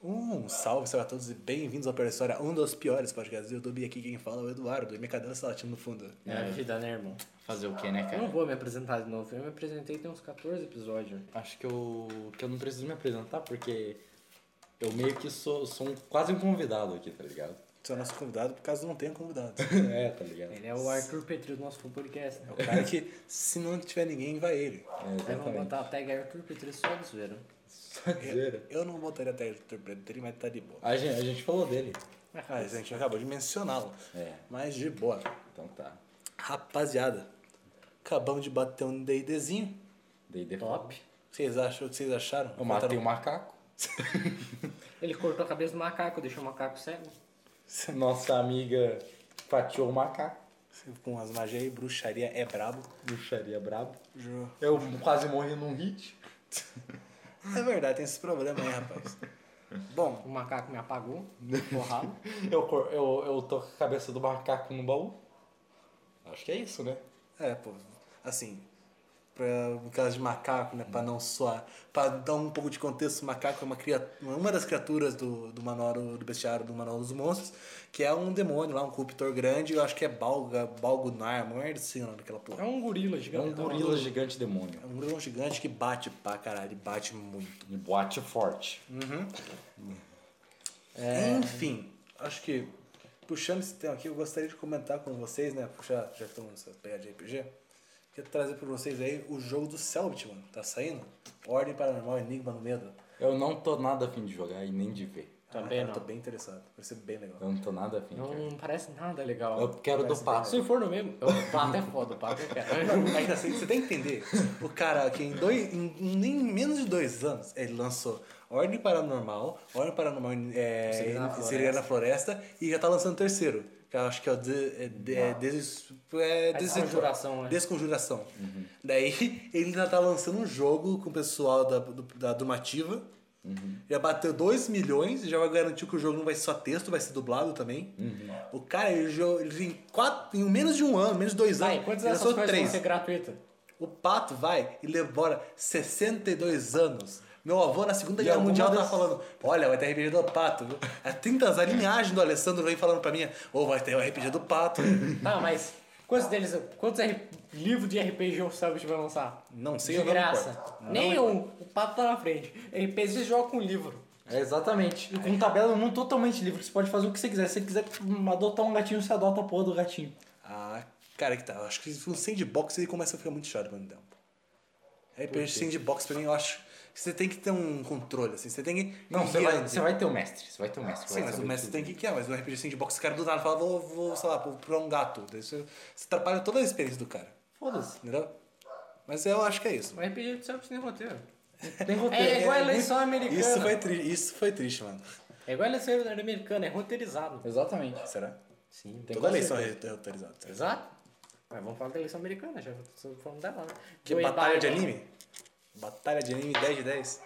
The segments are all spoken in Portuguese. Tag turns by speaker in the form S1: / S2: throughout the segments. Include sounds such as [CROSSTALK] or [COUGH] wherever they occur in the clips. S1: Um salve, salve a todos e bem-vindos ao Pela História, um dos piores podcasts do YouTube. E aqui quem fala é o Eduardo, e minha cadeira está latindo no fundo.
S2: É a vida, né, irmão?
S3: Fazer o que, né,
S2: Eu não
S3: cara?
S2: vou me apresentar de novo. Eu me apresentei tem uns 14 episódios.
S3: Acho que eu, que eu não preciso me apresentar, porque eu meio que sou, sou um- quase um convidado aqui, tá ligado? [LAUGHS]
S1: Tu é nosso convidado por causa não tenha convidado.
S3: é, tá ligado?
S2: Ele é o Arthur Petri do nosso podcast. né?
S1: É o cara que, se não tiver ninguém, vai ele.
S3: É,
S2: Aí vamos
S3: exatamente.
S2: botar a tag Arthur Petri só de zoeira.
S3: [LAUGHS] Só zoeira.
S1: Eu não botaria até ele torpedo dele, mas tá de boa.
S3: A gente, a gente falou dele.
S1: Ah, a gente acabou de mencioná-lo.
S3: É.
S1: Mas de boa.
S3: Então tá.
S1: Rapaziada, acabamos de bater um DDzinho.
S3: D&D
S2: Top.
S1: Vocês acham o que vocês acharam?
S3: Eu matei o macaco.
S2: Ele cortou a cabeça do macaco, deixou o macaco cego.
S3: Nossa amiga fatiou o macaco.
S1: Com as magias aí, bruxaria é brabo. É
S3: Bruxaria brabo.
S1: Ju-
S3: Eu quase morri num hit.
S1: É verdade, tem esse problema aí,
S3: [LAUGHS]
S1: rapaz. Bom,
S2: O macaco me apagou, borrado.
S3: Eu, cor- eu, eu tô com a cabeça do macaco no baú. Acho que é isso, né?
S1: É, pô, assim, pra, no caso de macaco, né, pra não soar, pra dar um pouco de contexto, o macaco é uma, cria- uma das criaturas do, do manual do bestiário do manual dos monstros, que é um demônio lá, um corruptor grande, eu acho que é Balga, Balgunar, não é assim o nome daquela
S2: É
S1: porra.
S2: um gorila
S3: É um
S2: gigante.
S3: gorila gigante demônio.
S1: É um grão gigante que bate pra caralho, e bate muito.
S3: E boate forte.
S1: Enfim, acho que puxando esse tema aqui, eu gostaria de comentar com vocês, né? Puxar, já que estamos nessa pegada de RPG. Quero trazer pra vocês aí o jogo do Selbit, mano. Tá saindo? Ordem Paranormal, Enigma no Medo. Ah,
S3: Eu não tô nada afim de jogar e nem de ver.
S2: Também
S1: cara,
S2: não.
S1: Tô bem interessado. Vai ser bem legal.
S3: Eu não tô nada afim de ver.
S2: Não parece nada legal.
S3: Eu quero do É pato.
S2: Se for no mesmo, o pato é foda, o pato eu quero.
S3: [LAUGHS]
S1: Mas que assim, você tem que entender. O cara que em, dois, em nem menos de dois anos ele lançou Ordem Paranormal, Ordem Paranormal é,
S2: Sirena na Floresta.
S1: Sirena na Floresta e já tá lançando o terceiro. Que eu acho que é o de, é, de, é, des, é, des-
S2: Desconjuração, né?
S1: Desconjuração. Uhum. Daí ele já tá lançando um jogo com o pessoal da, do- da Dumativa. Já bateu 2 milhões e já vai garantir que o jogo não vai ser só texto, vai ser dublado também. O cara, ele, jo- ele em, quatro, em menos de um ano, menos de dois
S2: Vai,
S1: anos,
S2: quantas
S1: ele
S2: dessas
S1: lançou
S2: coisas vão
S1: três.
S2: ser gratuitas?
S1: O pato vai e demora 62 anos. Meu avô na Segunda
S3: E
S1: Guerra
S3: alguma
S1: Mundial tava
S3: dessas-
S1: falando: Olha, vai ter RPG do pato. viu? Há 30 anos a linhagem do Alessandro vem falando pra mim: Ou vai ter o RPG do
S3: [LAUGHS]
S1: pato.
S2: Tá, mas quantos deles, quantos R- livros de RPG o Selbit vai lançar?
S1: Não sei,
S2: De
S1: eu não me
S2: graça.
S1: importo. Não me
S2: Nenhum. O pato tá na frente. RPG joga com livro.
S3: É, exatamente. E com tabela é um mundo totalmente livre. Você pode fazer o que você quiser. Se você quiser hum, adotar um gatinho, você adota a porra do gatinho.
S1: Ah, cara, que tá. Eu acho que um sandbox ele começa a ficar muito chato quando um tempo. RPG sandbox pra mim, eu acho que você tem que ter um controle, assim. Você tem que.
S3: Não, você
S1: guiar-
S3: vai, você vai ter o mestre. Você vai ter o mestre.
S1: Sim,
S3: vai
S1: mas o
S3: saber
S1: mestre
S3: tudo. né?
S1: tem que criar, mas o RPG sandbox, o cara do nada fala, vou, vou sei lá, procurar um gato. Daí Você, você atrapalha toda a experiência do cara.
S3: Foda-se.
S1: Entendeu? Mas eu acho que é isso.
S2: O RPG do Selbit tem roteiro.
S3: Tem roteiro.
S2: É igual a eleição americana.
S1: Isso foi, tri isso foi triste, mano.
S2: É igual a eleição americana, é roteirizado.
S3: Exatamente.
S1: Será?
S2: Sim,
S3: Tem
S1: Toda
S3: com
S1: eleição
S3: certeza.
S1: é autorizada.
S2: Exato. Mas vamos falar da eleição americana, já estamos falando dela, né?
S1: Que
S2: Joe
S1: batalha de
S2: Biden.
S1: anime? Batalha de anime 10 de 10.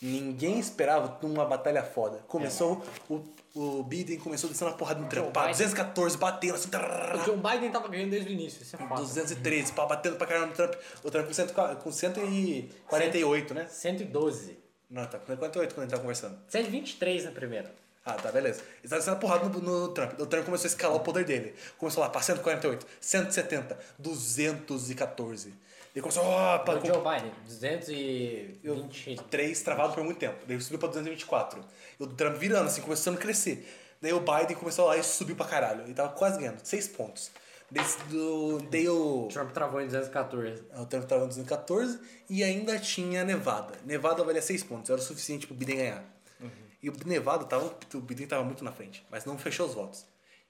S1: Ninguém esperava uma batalha foda. Começou, o, o Biden começou descendo a porrada no trampado.
S2: Biden.
S1: 214, batendo assim.
S2: O
S1: trrr,
S2: Joe Biden tava ganhando desde o início, isso é fato.
S1: 213, pá, batendo pra caramba no Trump. O Trump com, cento, com 148, né?
S2: 112.
S1: Não, tá com 148 quando ele tava conversando.
S2: 123 na primeira.
S1: Ah, tá, beleza. Ele tava sendo porrada no, no Trump. O Trump começou a escalar o poder dele. Começou lá pra 148, 170, 214. Ele começou, ó, pra-
S2: O Joe Biden, 220.
S1: 3 travado por muito tempo. Daí subiu pra 224. E o Trump virando, assim, começando a crescer. Daí o Biden começou lá e subiu pra caralho. E tava quase ganhando, 6 pontos. Daí, se- do, daí o,
S2: O Trump travou em 214.
S1: o Trump tava em 214 e ainda tinha Nevada. Nevada valia 6 pontos, era o suficiente pro Biden ganhar.
S2: Uhum.
S1: E o Nevada tava, o Biden tava muito na frente, mas não fechou os votos.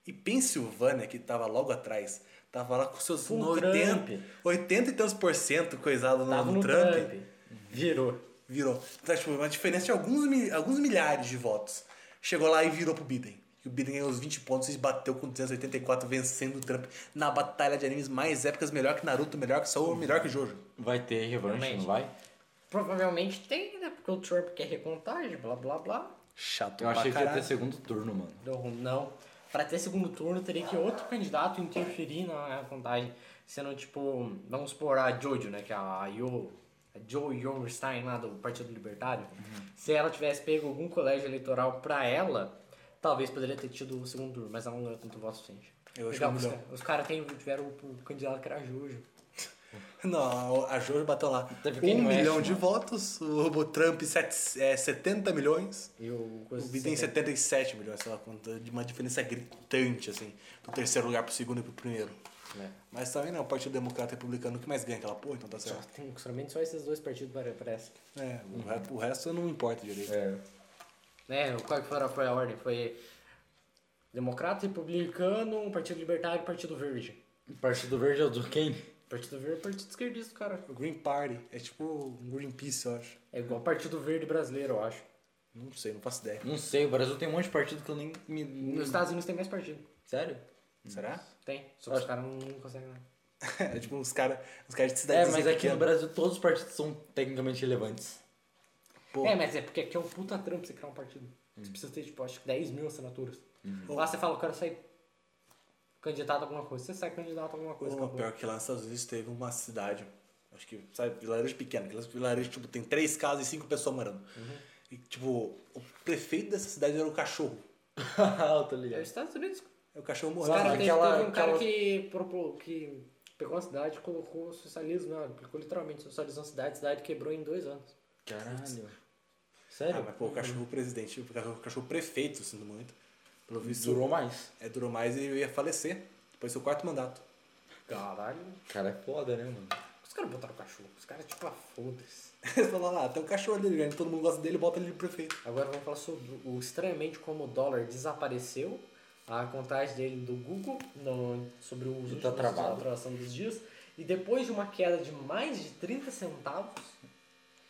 S1: E Pensilvânia, que tava logo atrás, tava lá com seus
S2: Com o
S1: 80,
S2: Trump.
S1: 80 e tantos por cento coisado no,
S2: Tava
S1: no
S2: no
S1: Trump.
S2: Trump. Virou.
S1: Virou. Tá, tipo, uma diferença de alguns, mi- alguns milhares de votos. Chegou lá e virou pro Biden. E o Biden ganhou os 20 pontos e bateu com 284, vencendo o Trump na batalha de animes mais épicas, melhor que Naruto, melhor que Soul, melhor que Jojo.
S3: Vai ter revanche,
S2: Realmente.
S3: não vai?
S2: Provavelmente tem, né? Porque o Trump quer recontagem, blá blá blá.
S1: Chato
S3: Eu
S1: pra
S3: achei que ia ter
S1: caralho.
S3: segundo turno, mano.
S2: Não, não. Pra ter segundo turno, teria que outro candidato interferir na contagem. Sendo tipo, vamos supor a Jojo, né? Que é a Yo a Joe Youngstein, lá do Partido Libertário,
S1: Uhum.
S2: se ela tivesse pego algum colégio eleitoral pra ela, talvez poderia ter tido o segundo turno, mas ela não ganhou tanto voto suficiente.
S1: Eu acho
S2: Legal,
S1: que
S2: os
S1: não.
S2: ca- os caras tem- tiveram o o candidato que era Jojo.
S1: Não, a Jojo bateu lá
S3: Teve quem
S1: um
S3: não é,
S1: milhão de
S3: mano.
S1: votos, o o Trump sete, é, 70 milhões,
S2: E o
S1: o
S2: coisa assim, né?
S1: Biden 77 milhões, sei lá, quanto, de uma diferença gritante, assim, do terceiro lugar pro segundo e pro primeiro.
S3: É.
S1: Mas também não, o Partido Democrata e Republicano que mais ganha aquela porra, então tá
S2: Só
S1: certo.
S2: tem somente só esses dois partidos, pare- parece.
S1: É,
S3: Uhum.
S1: o, re- o resto não importa
S3: É.
S1: direito.
S2: Né? Qual que foi a, foi a ordem? Foi Democrata, Republicano, Partido Libertário e Partido Verde.
S3: O Partido Verde é o do quem?
S2: Partido Verde é partido esquerdista, cara.
S1: O Green Party é tipo um Greenpeace, eu acho.
S2: É igual Partido Verde brasileiro, eu acho.
S1: Não sei, não faço ideia.
S3: Não sei, o Brasil tem um monte de partido que eu nem me.
S2: Nos Estados Unidos tem mais partido.
S3: Sério? Uhum.
S1: Será?
S2: Tem. Só que os caras não conseguem nada.
S1: [LAUGHS] É tipo uns caras uns cara de
S3: É,
S1: cidades
S3: mas aqui no Brasil todos os partidos são tecnicamente relevantes. [LAUGHS]
S1: Pô,
S2: É, mas é porque aqui é um puta trampo você criar um partido. Você precisa ter, tipo, acho que 10 mil assinaturas. Lá você fala, eu quero sair candidato a alguma coisa. Você sai candidato a alguma coisa.
S1: Pô,
S2: acabou.
S1: pior é que lá nos Estados Unidos teve uma cidade, acho que, sabe, vilarejo pequeno, aquelas vilarejo tipo, tem três casas e cinco pessoas morando. E, tipo, o prefeito dessa cidade era o cachorro.
S3: Ah, tô
S2: É
S3: ligado.
S2: os Estados Unidos.
S1: Aí o cachorro
S2: Os
S1: morreu. lá.
S2: caras teve,
S3: aquela-
S2: teve um cara
S3: aquela-
S2: que, propô- que pegou uma cidade e colocou o socialismo, né? aplicou literalmente socializou a cidade, a cidade quebrou em dois anos.
S3: Caralho.
S1: Ah,
S3: Sério?
S1: mas, pô, o cachorro presidente, o cachorro, o cachorro prefeito, sinto muito. Pelo visto,
S3: Durou mais.
S1: É, durou mais e ia falecer. Depois do seu quarto mandato. [LAUGHS]
S2: Caralho.
S3: Cara, é foda, né, mano?
S2: Os caras botaram cachorro. Os caras, tipo, ah, foda-se.
S1: Eles falaram lá, até o cachorro dele, grande, todo mundo gosta dele, bota ele de prefeito.
S2: Agora vamos falar sobre o estranhamente como o dólar desapareceu. A contagem dele do Google no- sobre o uso
S3: tá travado.
S2: atração dos dias. E depois de uma queda de mais de 30 centavos.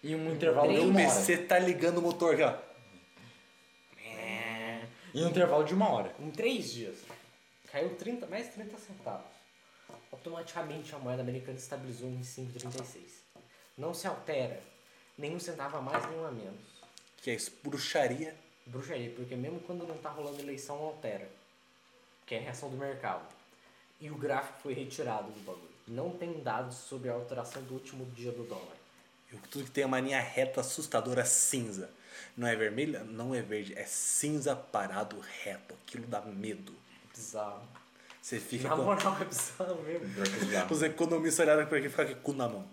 S3: Em um intervalo de
S2: Três
S1: Meu
S3: uma hora.
S1: PC tá ligando o motor já.
S3: Em um intervalo de uma hora.
S2: Em três dias, caiu 30, mais 30 centavos. Automaticamente a moeda americana estabilizou em 5,36. Não se altera. Nenhum centavo a mais, nenhum a menos.
S1: Que é isso, bruxaria.
S2: Bruxaria, porque mesmo quando não tá rolando eleição, altera. Que é a reação do mercado. E o gráfico foi retirado do bagulho. Não tem dados sobre a alteração do último dia do dólar.
S1: Eu- Tudo que tem uma linha reta assustadora cinza. Não é vermelha, não é verde, é cinza parado reto. Aquilo dá medo.
S2: Bizarro.
S1: Você fica
S2: Na
S1: com.
S2: moral, [LAUGHS] é bizarro mesmo.
S1: Os economistas olharam pra aqui e ficaram com o cu na mão.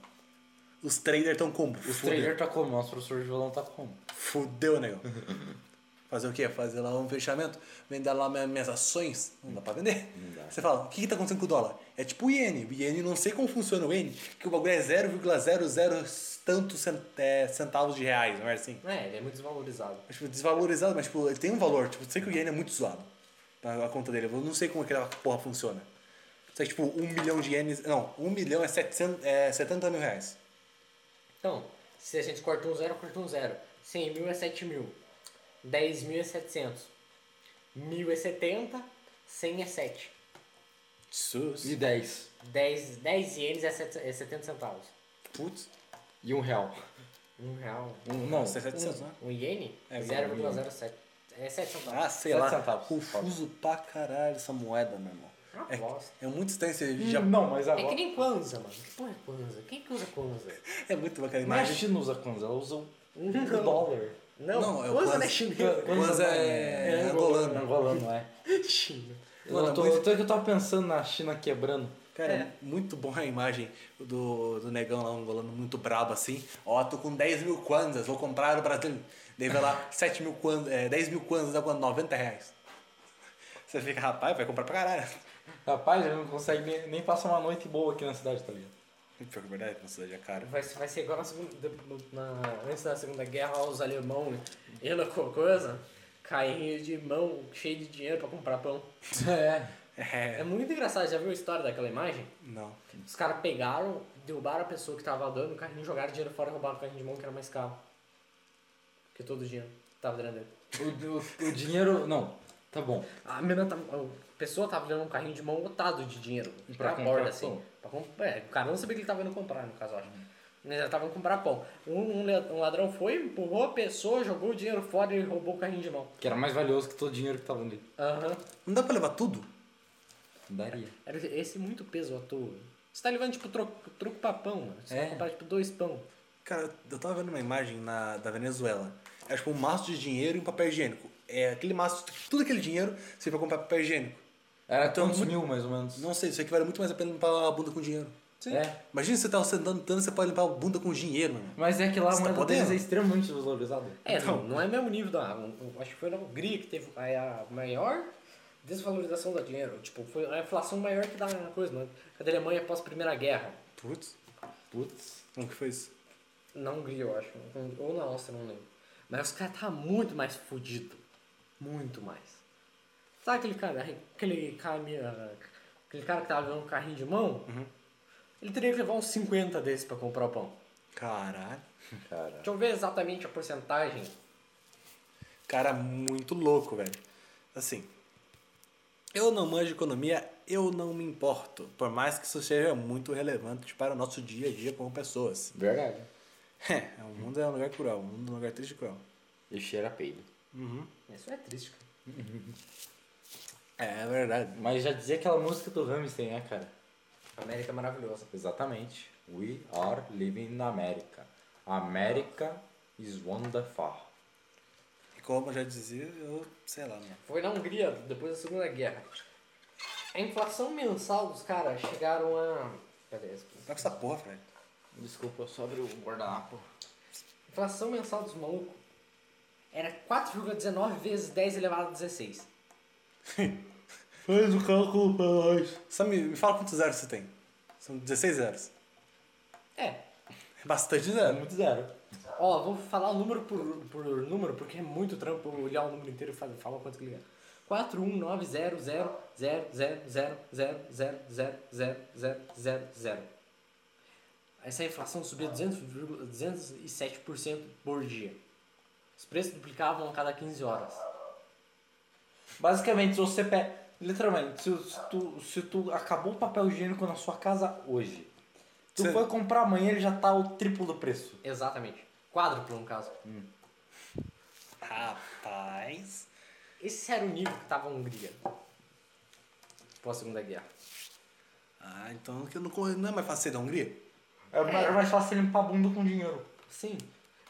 S1: Os traders estão como?
S3: Os
S1: Fudeu.
S3: trader tá como? Nosso professor de violão tá como?
S1: Fudeu, negão. Fazer o quê? Fazer lá um fechamento? Vender lá minha- minhas ações? Não dá pra vender. Você fala, o que, que tá acontecendo com o dólar? É tipo o iene. O iene, não sei como funciona o iene, que o bagulho é 0,00 tantos cent- é, centavos de reais, não é assim?
S2: É, ele é muito desvalorizado.
S1: Mas, tipo, desvalorizado, mas tipo, ele tem um valor. Tipo, eu sei que o Yen é muito zoado. tá? A, a conta dele. Eu não sei como aquela porra funciona. Só que, tipo, um milhão de ienes. Não, um milhão é, 700, é 70 mil reais.
S2: Então, se a gente corta um zero, corta um zero. 100 mil é 7 mil. 10 mil é 700. 1000 é 70. 100 é 7.
S1: Jesus.
S3: E 10.
S2: 10, 10 ienes é, 7, é 70 centavos.
S1: Putz.
S3: E um real.
S2: Um real.
S3: Um, não.
S1: Isso é 700, né?
S2: Um iene
S1: É,
S2: é 0,07. É 7 centavos.
S1: Ah, sei
S3: Sete
S1: lá.
S3: centavos.
S1: Confuso pra caralho essa moeda, meu irmão.
S2: Ah, bosta.
S1: É, é muito estranho você
S3: Hum,
S1: já.
S3: Não, mas
S2: É que
S3: agora.
S2: nem Kwanza, mano. Que porra é Kwanza? Quem que usa Kwanza?
S1: [LAUGHS] É muito bacana a
S3: Não é a
S1: imagem.
S3: China usa Kwanza, ela usa o
S2: Um
S3: o dólar.
S2: Não,
S1: Não, é o
S2: Kwanza não
S1: Kwanza.
S2: é chinês. [LAUGHS]
S1: Kwanza é angolano.
S3: Angolano, é.
S2: China.
S1: Mano,
S3: Eu tô,
S1: mas-
S3: eu tô- eu tava pensando na China quebrando.
S1: Cara,
S2: É.
S1: muito boa a imagem do, do negão lá, um angolano muito brabo assim. Ó, tô com 10 mil kwanzas, vou comprar no Brasil. Daí vai [LAUGHS] lá, 7 mil kwanzas, é, 10 mil kwanzas dá quanto? 90 reais. Você fica, rapaz, vai comprar pra caralho.
S3: Rapaz, ele não consegue nem, nem passar uma noite boa aqui na cidade, tá ligado?
S1: [LAUGHS] Pior que é verdade, não seja caro.
S2: Vai, ser- vai ser igual na segunda, na- antes da Segunda Guerra, os alemão e na coisa, carrinho de mão cheio de dinheiro pra comprar pão.
S3: [LAUGHS] É.
S2: É
S1: É,
S2: muito engraçado, já viu a história daquela imagem?
S1: não.
S2: Os caras pegaram, derrubaram a pessoa que tava dando o carrinho, jogaram dinheiro fora e roubaram o carrinho de mão que era mais caro. Porque todo o dinheiro tava dentro dele.
S3: O, o- o dinheiro. Não, tá bom.
S2: A, mina tava, a pessoa tava dando um carrinho de mão lotado de dinheiro.
S3: Pra
S2: Pra,
S3: comprar
S2: borda,
S3: pão. Uhum.
S2: assim. Pra comp- é, o cara não sabia que ele tava indo comprar, no caso, eu acho. Mas já tava indo comprar pão. Um, um le- um ladrão foi, empurrou a pessoa, jogou o dinheiro fora e roubou o carrinho de mão.
S3: Que era mais valioso que todo o dinheiro que tava ali.
S2: Aham.
S1: Não dá pra levar tudo?
S3: Daria.
S2: Era esse muito peso à toa. Você tá levando, tipo, troco, troco pra pão, mano. Você
S3: É.
S2: vai comprar, tipo, dois pão.
S1: Cara, eu tava vendo uma imagem na, da Venezuela. É tipo um maço de dinheiro e um papel higiênico. É aquele maço, tudo aquele dinheiro você pra comprar papel higiênico.
S3: Era
S1: Então,
S3: quantos
S1: muito-
S3: mil, mais ou menos?
S1: Não sei, isso aqui vale muito mais a pena limpar a bunda com dinheiro.
S3: Sim. É.
S1: Imagina você tá sentando tanto, você pode limpar a bunda com dinheiro, mano.
S3: Mas é que lá a
S1: Você tá
S3: moeda deles
S1: podendo?
S3: é extremamente desvalorizada.
S2: É, não, não é mesmo nível da. eu Acho que foi na Hungria que teve a a maior desvalorização do dinheiro. Tipo, foi a inflação maior que da coisa, mano. A da Alemanha após a Primeira Guerra.
S1: Putz,
S3: Putz.
S1: como que foi isso?
S2: Na Hungria, eu acho. Um, Ou na Áustria, não lembro. Mas os caras tá muito mais fudido. Muito mais. Sabe aquele cara, né? aquele cara, ah, aquele cara que tava levando um carrinho de mão? Ele teria que levar uns 50 desses pra comprar o pão.
S1: Caralho.
S3: Cara.
S2: Deixa eu ver exatamente a porcentagem.
S1: Cara, muito louco, velho. Assim, eu não manjo de economia, eu não me importo. Por mais que isso seja muito relevante para o nosso dia a dia como pessoas. [LAUGHS]
S3: Verdade.
S1: É, o mundo é um lugar cruel, o mundo é um lugar triste e cruel.
S3: E cheira peido.
S2: Isso é triste, cara.
S1: É, é verdade.
S3: Mas já dizia aquela música do Rammstein, né, cara?
S2: América é maravilhosa.
S3: Exatamente. We are living in America. America is wonderful.
S1: E como eu já dizia, eu sei lá, mano.
S2: Foi na Hungria, depois da Segunda Guerra. A inflação mensal dos caras chegaram a. é Cadê? esse?
S1: Tá com essa porra, Fred. [LAUGHS]
S3: Desculpa, eu só abri o guardanapo.
S2: A inflação mensal dos malucos era 4,19 vezes 10 elevado a 16.
S3: Faz o cálculo pra nós.
S1: Só me, me fala quantos zeros você tem. São 16 zeros.
S2: É.
S1: É bastante
S3: É
S1: zero.
S3: muito zero.
S2: Ó, vou falar número por, por número, porque é muito trampo eu olhar o número inteiro e falar, falar quanto que ele é. 419000000000000. Essa inflação subia 200,- 207% por dia. Os preços duplicavam a cada 15 horas.
S3: Basicamente, se você pega. Literalmente, se, se tu, se tu acabou o papel higiênico na sua casa hoje, tu
S1: Cê-
S3: foi comprar amanhã, ele já tá o triplo do preço.
S2: Exatamente. Quádruplo, no caso.
S1: Rapaz.
S2: Esse era o nível que tava a Hungria. Pós-segunda guerra.
S1: Ah, então que eu não, con- não é mais fácil ser da Hungria?
S3: É mais- Era mais fácil limpar a bunda com dinheiro.
S2: Sim.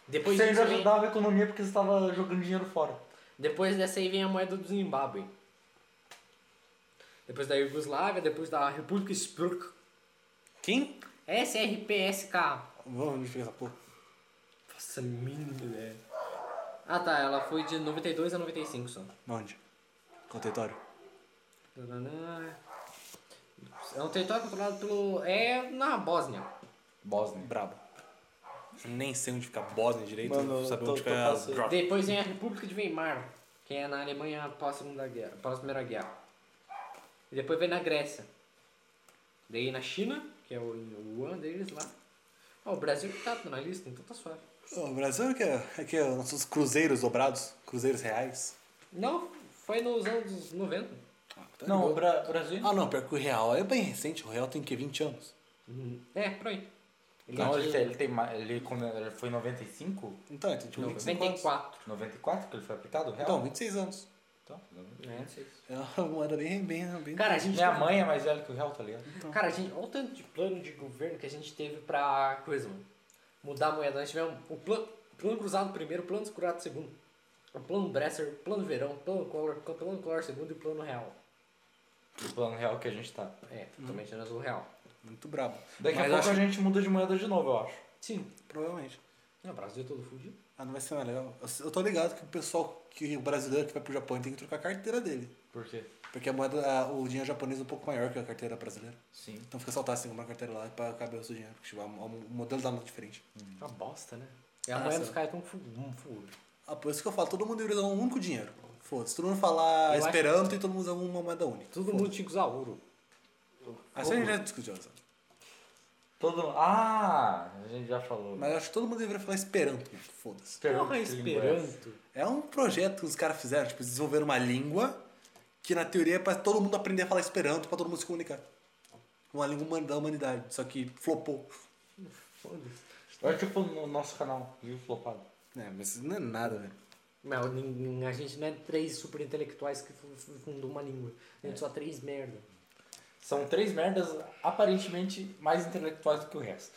S2: Depois
S3: você
S2: disso
S3: ainda
S2: vem-
S3: ajudava a economia porque você tava jogando dinheiro fora.
S2: Depois dessa aí vem a moeda do Zimbábue. Depois da Iugoslávia, depois da República É Spurk.
S1: Quem?
S2: SRPSK.
S1: Vamos onde fica essa porra.
S2: Nossa, mínimo, né? Ah tá, ela foi de 92 a 95 só.
S1: Onde? Qual território?
S2: Tananã. É um território controlado pelo. É na Bósnia.
S3: Bósnia.
S1: Brabo. Nem sei onde fica a Bósnia direito,
S3: Mano,
S1: não saber
S3: eu tô-
S1: onde
S3: tô
S1: fica a
S3: passando.
S1: Drop.
S2: Depois vem a República de Weimar, que é na Alemanha após a Segunda Guerra, após a Primeira Guerra. E depois vem na Grécia. Daí na China, que é o o Yuan deles lá. Ó, o Brasil que tá na lista, então tá suave.
S1: O Brasil é que é, é que é os nossos cruzeiros dobrados, cruzeiros reais.
S2: Não, foi nos anos 90.
S1: Ah, tá
S3: Não,
S1: ligado.
S3: o Bra Brasil.
S1: Ah, não, pior que o real é bem recente. O real tem que 20 anos.
S3: Uhum.
S2: É, por aí.
S3: Não, ele, tem,
S2: é de
S3: ele, tem, ma- ele, come- ele foi em 95?
S1: Então, ele tem tipo 25 anos.
S2: 94.
S3: 94 que ele foi aplicado? Real?
S1: Então, 26 anos.
S3: Então,
S2: Né?
S1: É uma moeda bem, bem, bem...
S2: Cara, a gente.
S3: Minha mãe é mais velha que o Real, tá ligado?
S1: Então.
S2: Cara, a gente, olha o tanto de plano de governo que a gente teve pra coisa, mano. Mudar a moeda. Nós tivemos o plano, plano cruzado primeiro, o plano cruzado segundo, o plano Bresser, o plano Verão, o plano Collor, o plano Collor segundo e o plano Real.
S3: O plano real que a gente tá.
S2: É,
S1: Hum.
S2: totalmente nós o Real.
S1: Muito brabo.
S3: Daqui a
S1: Mas
S3: pouco
S1: acho-
S3: a gente muda de moeda de novo, eu acho.
S2: Sim.
S1: Provavelmente.
S2: Não, o Brasil é todo fudido.
S1: Ah, não vai ser mais legal. Eu- Eu tô ligado que o pessoal, que o brasileiro que vai pro Japão ele tem que trocar a carteira dele.
S3: Por quê?
S1: Porque a moeda, a- o dinheiro japonês é um pouco maior que a carteira brasileira.
S3: Sim.
S1: Então fica saltar assim, comprar carteira lá pra caber o seu dinheiro. Porque tipo, a- o modelo da nota é diferente.
S2: Uma bosta, né? E a
S1: Ah,
S2: moeda
S1: sim.
S2: dos caras tão full. Um full.
S1: Ah, por isso que eu falo, todo mundo deveria usar um único dinheiro. Foda-se, todo mundo falar
S2: Eu acho-
S1: esperanto e todo mundo usa uma moeda única.
S2: Todo mundo tinha que usar ouro.
S1: Assim a gente já discutiu essa.
S3: Todo Ah, a gente já falou.
S1: Mas eu acho que todo mundo deveria falar esperanto, mano. Foda-se.
S3: Esperanto,
S2: Porra,
S3: que língua é essa?
S2: Esperanto.
S1: É um projeto que os caras fizeram, tipo, desenvolveram uma língua que na teoria é pra todo mundo aprender a falar esperanto, pra todo mundo se comunicar. Uma língua humana- da humanidade, só que flopou.
S2: Foda-se.
S3: É tipo no nosso canal, viu, flopado.
S1: É, mas isso não é nada, velho.
S2: Não, nin- nin- a gente não é três super intelectuais que fu- fu- fundou uma língua. A
S1: É.
S2: gente só três merda.
S3: São três merdas aparentemente mais intelectuais do que o resto.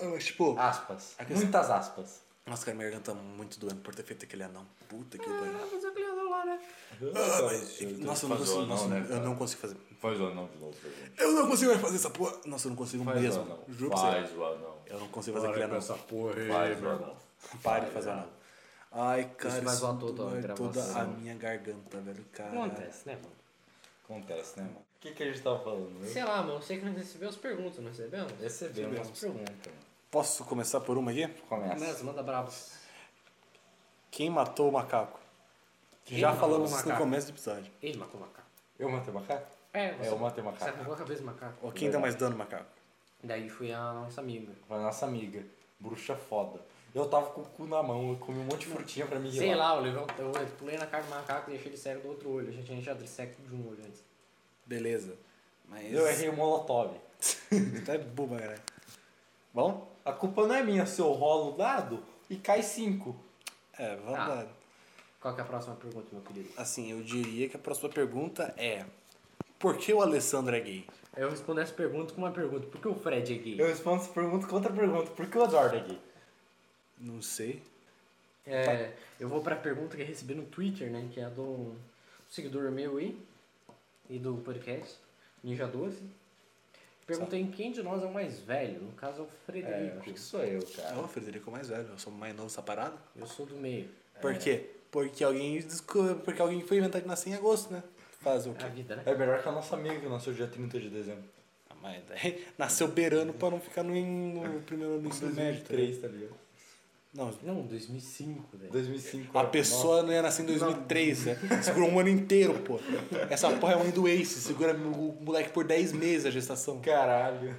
S1: Ah, Mas, tipo,
S3: Aspas.
S1: A questão-
S3: Muitas aspas.
S1: nossa, cara, minha garganta tá muito doendo por ter feito aquele anão. Puta que pariu.
S2: Mas eu queria lá, né?
S1: Ah, mas- Nossa, eu não
S4: Faz o
S1: consigo,
S4: anão,
S1: nossa,
S4: né,
S1: eu
S4: cara?
S1: não consigo fazer.
S4: Faz o anão de novo. por favor.
S1: Eu não consigo mais fazer essa porra. Nossa, eu não consigo
S4: Faz o
S1: mesmo.
S4: anão.
S1: Juro pra você.
S4: Faz o anão.
S1: Eu não consigo fazer aquele
S4: Para com
S1: anão.
S4: essa porra aí, Faz o anão.
S1: Pare de fazer anão. Ai, cara,
S2: vai zoar
S1: sinto
S2: toda a
S1: dói
S2: gravação.
S1: toda a minha garganta, velho, cara.
S2: Acontece, né, mano?
S3: Acontece, né, mano? O que, que a gente tava falando? Eu
S2: Sei lá, mano, eu sei que nós recebemos perguntas, não recebemos?
S3: recebi umas perguntas.
S1: Posso começar por uma aqui?
S3: Começa.
S2: Mas É manda brabo.
S1: Quem matou o macaco?
S2: Quem
S1: Já
S2: matou
S1: falamos
S2: o
S1: isso Tá no
S2: macaco?
S1: começo do episódio.
S2: Ele matou o macaco.
S3: Eu matei o macaco?
S2: É, você,
S3: eu matei o
S2: você
S3: macaco.
S2: arrancou a cabeça do macaco.
S1: Ó, quem dá mais dano, macaco?
S2: Daí foi a nossa amiga.
S3: Foi a nossa amiga. Bruxa foda. Eu tava com o cu na mão, eu comi um monte de frutinha pra me
S2: Sei
S3: rilar.
S2: lá, eu, levei, eu pulei na cara do macaco e deixei ele cego do outro olho. A gente tinha enchado ele cego de um olho antes.
S1: Beleza. Mas.
S3: Eu errei o molotov.
S1: Tá boba, cara. Bom?
S3: A culpa não é minha se eu rolo o dado e cai cinco.
S1: É, vamos
S2: Ah.
S1: lá.
S2: Qual que é a próxima pergunta, meu querido?
S1: Assim, eu diria que a próxima pergunta é: Por que o Alessandro é gay?
S2: Eu respondo essa pergunta com uma pergunta. Por que o Fred é gay?
S3: Eu respondo essa pergunta com outra pergunta. Por que o Eduardo é gay?
S1: Não sei.
S2: É, eu vou pra pergunta que eu recebi no Twitter, né? Que é do um seguidor meu aí. E do podcast. Ninja12. Perguntei em quem de nós é o mais velho. No caso é o
S3: É, eu
S2: Frederico.
S3: acho que sou eu,
S1: É
S3: cara.
S1: o Frederico é o mais velho, eu sou o mais novo dessa parada.
S2: eu sou do meio.
S1: Por quê? Porque alguém, desco- porque alguém foi inventar de nascer em agosto, né? Fazer o
S2: É a
S1: quê?
S2: vida, né?
S3: É melhor que a nossa amiga que nasceu dia 30 de dezembro.
S1: Ah, mas daí [LAUGHS] nasceu beirando pra não ficar no, in- no primeiro ano do ensino médio. tá ligado?
S3: 2003, tá ligado?
S1: Não,
S2: Não, 2005, velho.
S3: 2005.
S1: a
S3: era-
S1: pessoa não ia nascer em 2003, né? Segurou um ano inteiro, pô. Essa porra é a mãe do Ace, segura o moleque por 10 meses a gestação.
S3: Nossa, caralho.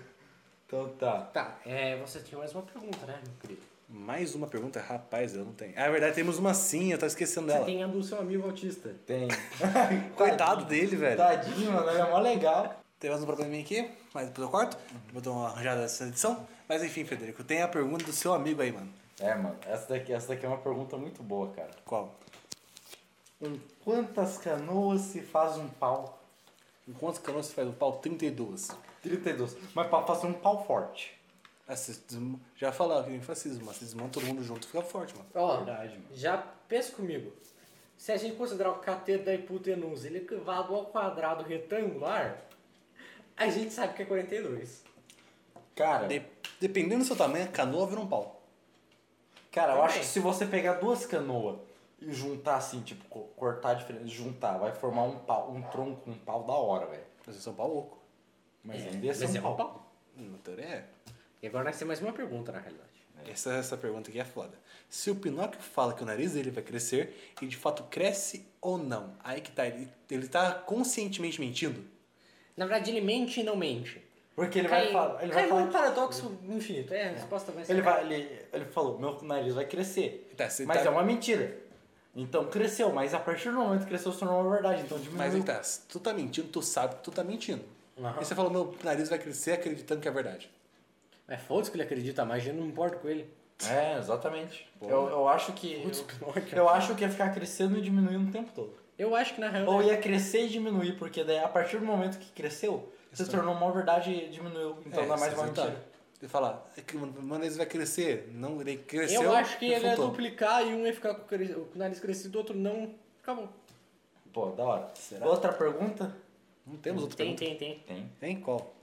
S3: Então tá.
S2: Tá, é, você tinha mais uma pergunta, né, meu querido?
S1: Mais uma pergunta, rapaz, eu não tenho. Ah, é verdade, temos uma sim, eu tava esquecendo
S2: Você
S1: dela.
S2: tem a do seu amigo autista.
S3: [LAUGHS] Tem.
S1: Coitado dele, velho.
S2: Tá.
S3: Tadinho, mano, ele é mó legal.
S1: Tem mais um probleminha aqui, mas depois eu corto.
S2: Uhum.
S1: Vou dar uma arranjada nessa edição. Mas enfim, Frederico, tem a pergunta do seu amigo aí, mano.
S3: É, mano, essa daqui, essa daqui é uma pergunta muito boa, cara.
S1: Qual?
S3: Em quantas canoas se faz um pau?
S1: Em quantos canoas você faz Um o pau? 32.
S3: 32. Mas pra fazer um pau forte.
S1: Ah, vocês desm- já falaram que nem fascismo, mas vocês desmontam todo mundo junto, fica forte, mano.
S2: Ó,
S3: Verdade, mano.
S2: já pensa comigo. Se a gente considerar o cateto da hipotenusa ele é elevado ao quadrado retangular, a gente sabe que é 42.
S3: Cara,
S1: De- dependendo do seu tamanho, a canoa vira um pau.
S3: cara, eu
S2: Também.
S3: acho que se você pegar duas canoas e juntar assim, tipo, co- cortar diferente, juntar, vai formar um pau, um tronco, um pau da hora, velho.
S1: Mas isso é um pau oco.
S3: Mas ainda ia ser
S2: mas
S3: um
S2: é
S3: pau.
S2: um pau.
S1: Hum, Na teoria é.
S2: E agora nós temos mais uma pergunta, na realidade.
S1: Essa, essa pergunta aqui é foda. Se o Pinóquio fala que o nariz dele vai crescer, ele de fato cresce ou não? Aí que tá, ele, ele tá conscientemente mentindo?
S2: Na verdade, ele mente e não mente.
S3: Porque ele vai
S2: Cai,
S3: falar. Ele vai
S2: cai num
S3: falar.
S2: paradoxo infinito. É, a resposta vai ser...
S3: Ele, vai, ele, ele falou, meu nariz vai crescer.
S1: Tá, você
S3: mas
S1: tá-
S3: é
S2: um
S3: uma mentira. Então cresceu, mas a partir do momento que cresceu se tornou uma verdade. Então diminuiu.
S1: Mas aí tá, se tu tá mentindo, tu sabe que tu tá mentindo.
S2: Aham.
S1: E você fala, meu nariz vai crescer acreditando que é verdade.
S2: Mas É foda-se que ele acredita mais, eu não importa com ele.
S3: É, exatamente. Eu, eu acho que. Eu, eu acho que ia ficar crescendo e diminuindo o tempo todo.
S2: Eu acho que na real...
S3: Ou ia crescer e diminuir, porque daí a partir do momento que cresceu, se tornou uma verdade e diminuiu. Então
S2: é
S3: dá mais
S1: você
S3: uma
S1: tá-
S3: mentira.
S1: Você fala, é que o meu nariz vai crescer. Não, ele cresceu.
S2: eu acho que
S1: e
S2: ele ia
S1: faltou.
S2: duplicar e um ia ficar com o cre- o nariz crescido, o outro não. Acabou.
S3: Pô, da hora. Outra pergunta?
S1: Não temos outra
S2: tem,
S1: pergunta.
S2: tem, tem.
S3: Tem.
S1: Tem qual?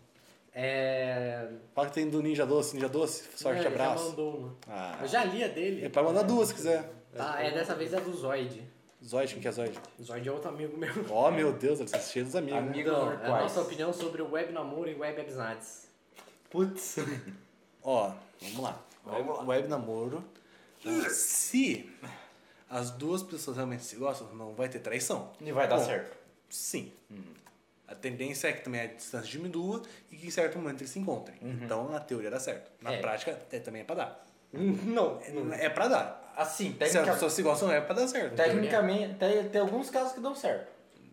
S2: É.
S1: Fala que tem do Ninja Doce, Ninja Doce, sorte
S2: não, ele já
S1: abraço.
S2: mandou uma.
S1: Ah.
S2: Eu já li a
S1: É
S2: dele.
S1: pra mandar duas se quiser.
S2: Tá, é dessa vez é do Zoid.
S1: Zoid, quem que é Zoid?
S2: Zoid é outro amigo meu.
S1: Ó, meu Deus, eles são cheios dos amigos. né?
S3: Amigo.
S2: Então, é a
S3: Quais?
S2: nossa opinião sobre o web namoro e web amizades.
S1: [LAUGHS]
S3: Putz.
S1: Ó, vamos lá. Web, web namoro. Ah, Se as duas pessoas realmente se gostam, não vai ter traição.
S3: E vai dar
S1: Bom,
S3: certo.
S1: Sim. A tendência é que também a distância diminua e que em certo momento eles se encontrem. Então, na teoria dá certo. Na
S2: É.
S1: prática, é, também é pra dar.
S3: Não.
S1: É pra dar.
S3: Assim,
S1: Se as
S3: tecnicamente.
S1: pessoas se gostam, é pra dar certo.
S3: Tecnicamente, tem, tem alguns casos que dão certo.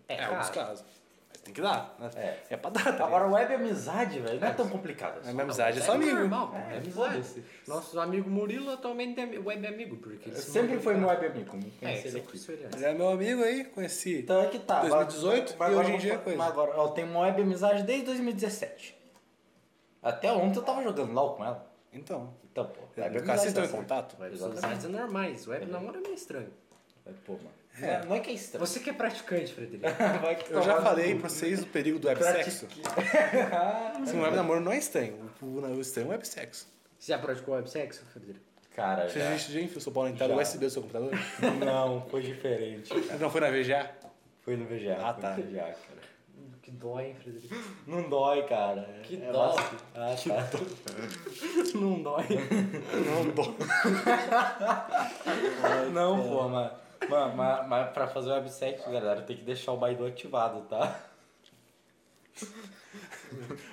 S1: É,
S2: cara.
S1: alguns casos. Mas tem que dar. né?
S3: É.
S1: É pra dar. Tá
S3: Agora,
S1: ligado?
S3: web amizade, velho, não é tão complicado.
S1: a
S3: assim.
S1: minha amizade é só
S2: Web
S1: amigo.
S2: normal, pô, é
S3: foda-se.
S2: amizade. Nosso amigo Murilo atualmente é web amigo, porque ele se
S3: Sempre
S2: mandou-
S3: foi meu web amigo, me
S2: É,
S3: conheci ele
S2: sempre
S3: aqui.
S2: foi ele antes.
S1: Ele é meu amigo aí, conheci.
S3: Então é que tá. agora-
S1: 2018 e hoje em
S3: eu
S1: dia é
S3: vou-
S1: coisa.
S3: Mas agora, eu tenho uma web amizade desde 2017. Até ontem eu tava jogando LOL com ela.
S1: Então,
S3: Então, pô. tá
S1: vai
S3: pra
S1: ficar
S3: usar
S1: sem ter
S3: essa-
S1: contato?
S2: Vai
S3: Exatamente.
S2: pessoas mais normais. Web namoro é meio estranho.
S3: Vai, pô, mano. É, não é que é estranho.
S2: Você que é praticante, Frederico.
S3: [LAUGHS] vai que tá
S1: Eu já falei pra vocês o perigo
S3: É
S1: do websexo. [LAUGHS]
S3: Ah,
S1: Sim, o web namoro não é estranho. O, o estranho é o websexo.
S2: Você já praticou websexo, Frederico?
S3: Cara,
S1: Você
S3: já.
S1: já, já enfiou seu pau na entrada
S3: É. Já.
S1: USB do seu computador?
S3: Não, foi diferente.
S1: Não foi na VGA?
S3: Foi no VGA.
S1: Ah,
S3: foi
S1: tá.
S3: no VGA, cara.
S2: Que dói, hein, Frederico?
S3: Não dói, cara.
S2: Que
S3: É
S2: dó.
S3: básico. Ah, tá.
S2: [LAUGHS] Não dói.
S1: Não, bom.
S3: Não, pô, mas... Mano, mas, mas pra fazer o website, galera, tem que deixar o Baidu ativado, tá?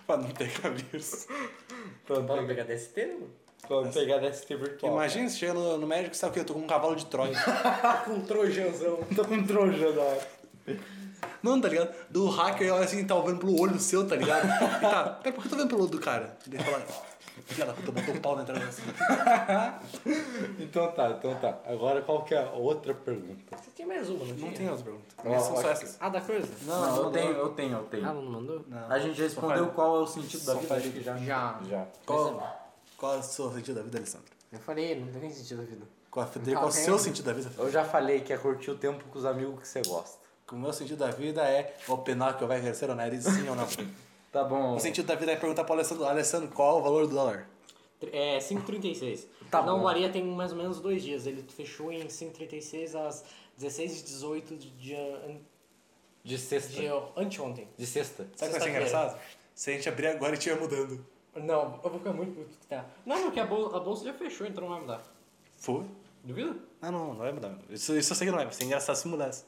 S1: Pra não ter cabeça.
S3: Pra não
S2: Bora
S3: pegar,
S2: pegar DST, mano?
S3: pra não Então, pegar DST virtual.
S1: Imagina se chega no, no médico e sabe o que? Eu tô com um cavalo de Troia.
S2: Tá com um trojanzão.
S3: Tô com um trouxa da hora.
S1: Não, tá ligado? Do hacker, olha assim, tá vendo pelo olho seu, tá ligado? E tá, pera, por que eu tô vendo pelo olho do cara? Ele fala, filha da puta, botou o pau na entrada assim.
S3: Então tá, então tá. Agora qual que é a outra pergunta?
S2: Você tem mais uma, não,
S1: Não
S2: tinha?
S1: tem outra pergunta.
S3: Não,
S1: Minhas são só
S3: acho
S1: essas.
S2: Ah, da coisa?
S3: Não, eu tenho, eu tenho, eu tenho.
S2: Ah, não mandou?
S1: Não.
S3: A gente já respondeu qual é o sentido da
S1: Só
S3: vida.
S1: falei.
S3: acho que já.
S2: Já.
S3: Já.
S1: Qual, qual é o seu sentido da vida, Alessandro?
S2: Eu falei, não tem sentido a vida.
S1: Qual, Federico, qual é o seu sentido da vida?
S3: Eu já falei que é curtir o tempo com os amigos que você gosta.
S1: O meu sentido da vida é o penal que eu vai crescer o nariz, sim ou
S3: [LAUGHS]
S1: não.
S3: Tá bom.
S1: O sentido da vida é perguntar pro Alessandro, Alessandro, qual é o valor do dólar?
S2: É, 5h36.
S3: Tá
S2: não,
S3: bom.
S2: Maria tem mais ou menos dois dias. Ele fechou em 5h36 às 16h18 de, dia-
S3: De sexta.
S2: de anteontem.
S3: De sexta.
S1: Sabe o que vai ser
S2: Sexta-feira.
S1: engraçado? Se a gente abrir agora e estiver mudando.
S2: Não, eu vou ficar muito puto que tá. Não, porque a bolsa, a bolsa já fechou, então não vai mudar.
S1: Foi?
S2: Duvida?
S1: Ah, não, não vai mudar. Isso, isso eu sei que não vai, vai ser engraçado se mudasse.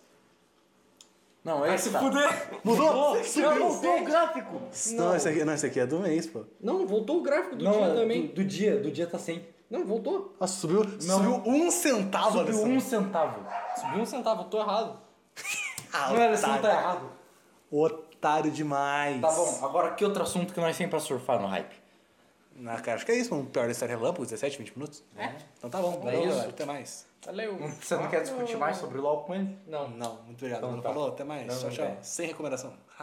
S3: Não, é esse.
S1: fuder! Mudou?
S2: Já voltou o gráfico!
S1: Não, esse aqui, não, esse aqui é do mês, pô.
S2: Não, voltou o gráfico do
S3: Não,
S2: dia
S3: é
S2: também.
S3: do, do dia, do dia tá sem.
S2: Não, voltou.
S1: Nossa, subiu, subiu um centavo,
S3: Subiu
S1: Alessandro.
S3: um centavo.
S2: Subiu um centavo, eu tô errado.
S1: Ah,
S3: Não era assim, tá
S1: otário.
S3: errado.
S1: Ah, Otário demais.
S3: Tá bom, agora que outro assunto que nós temos pra surfar no hype?
S1: Na cara, acho que é isso, um pior da história relâmpago, 17, 20 minutos.
S2: É?
S1: Então tá bom,
S2: É
S1: valeu,
S2: isso.
S1: galera, até mais.
S2: Valeu.
S3: Você não quer discutir mais sobre LOL com ele?
S2: Não.
S1: Não, muito obrigado.
S3: Então
S1: Não
S3: tá.
S1: falou, até mais.
S3: Não,
S1: tchau,
S3: não
S1: tchau.
S3: tem.
S1: Sem recomendação.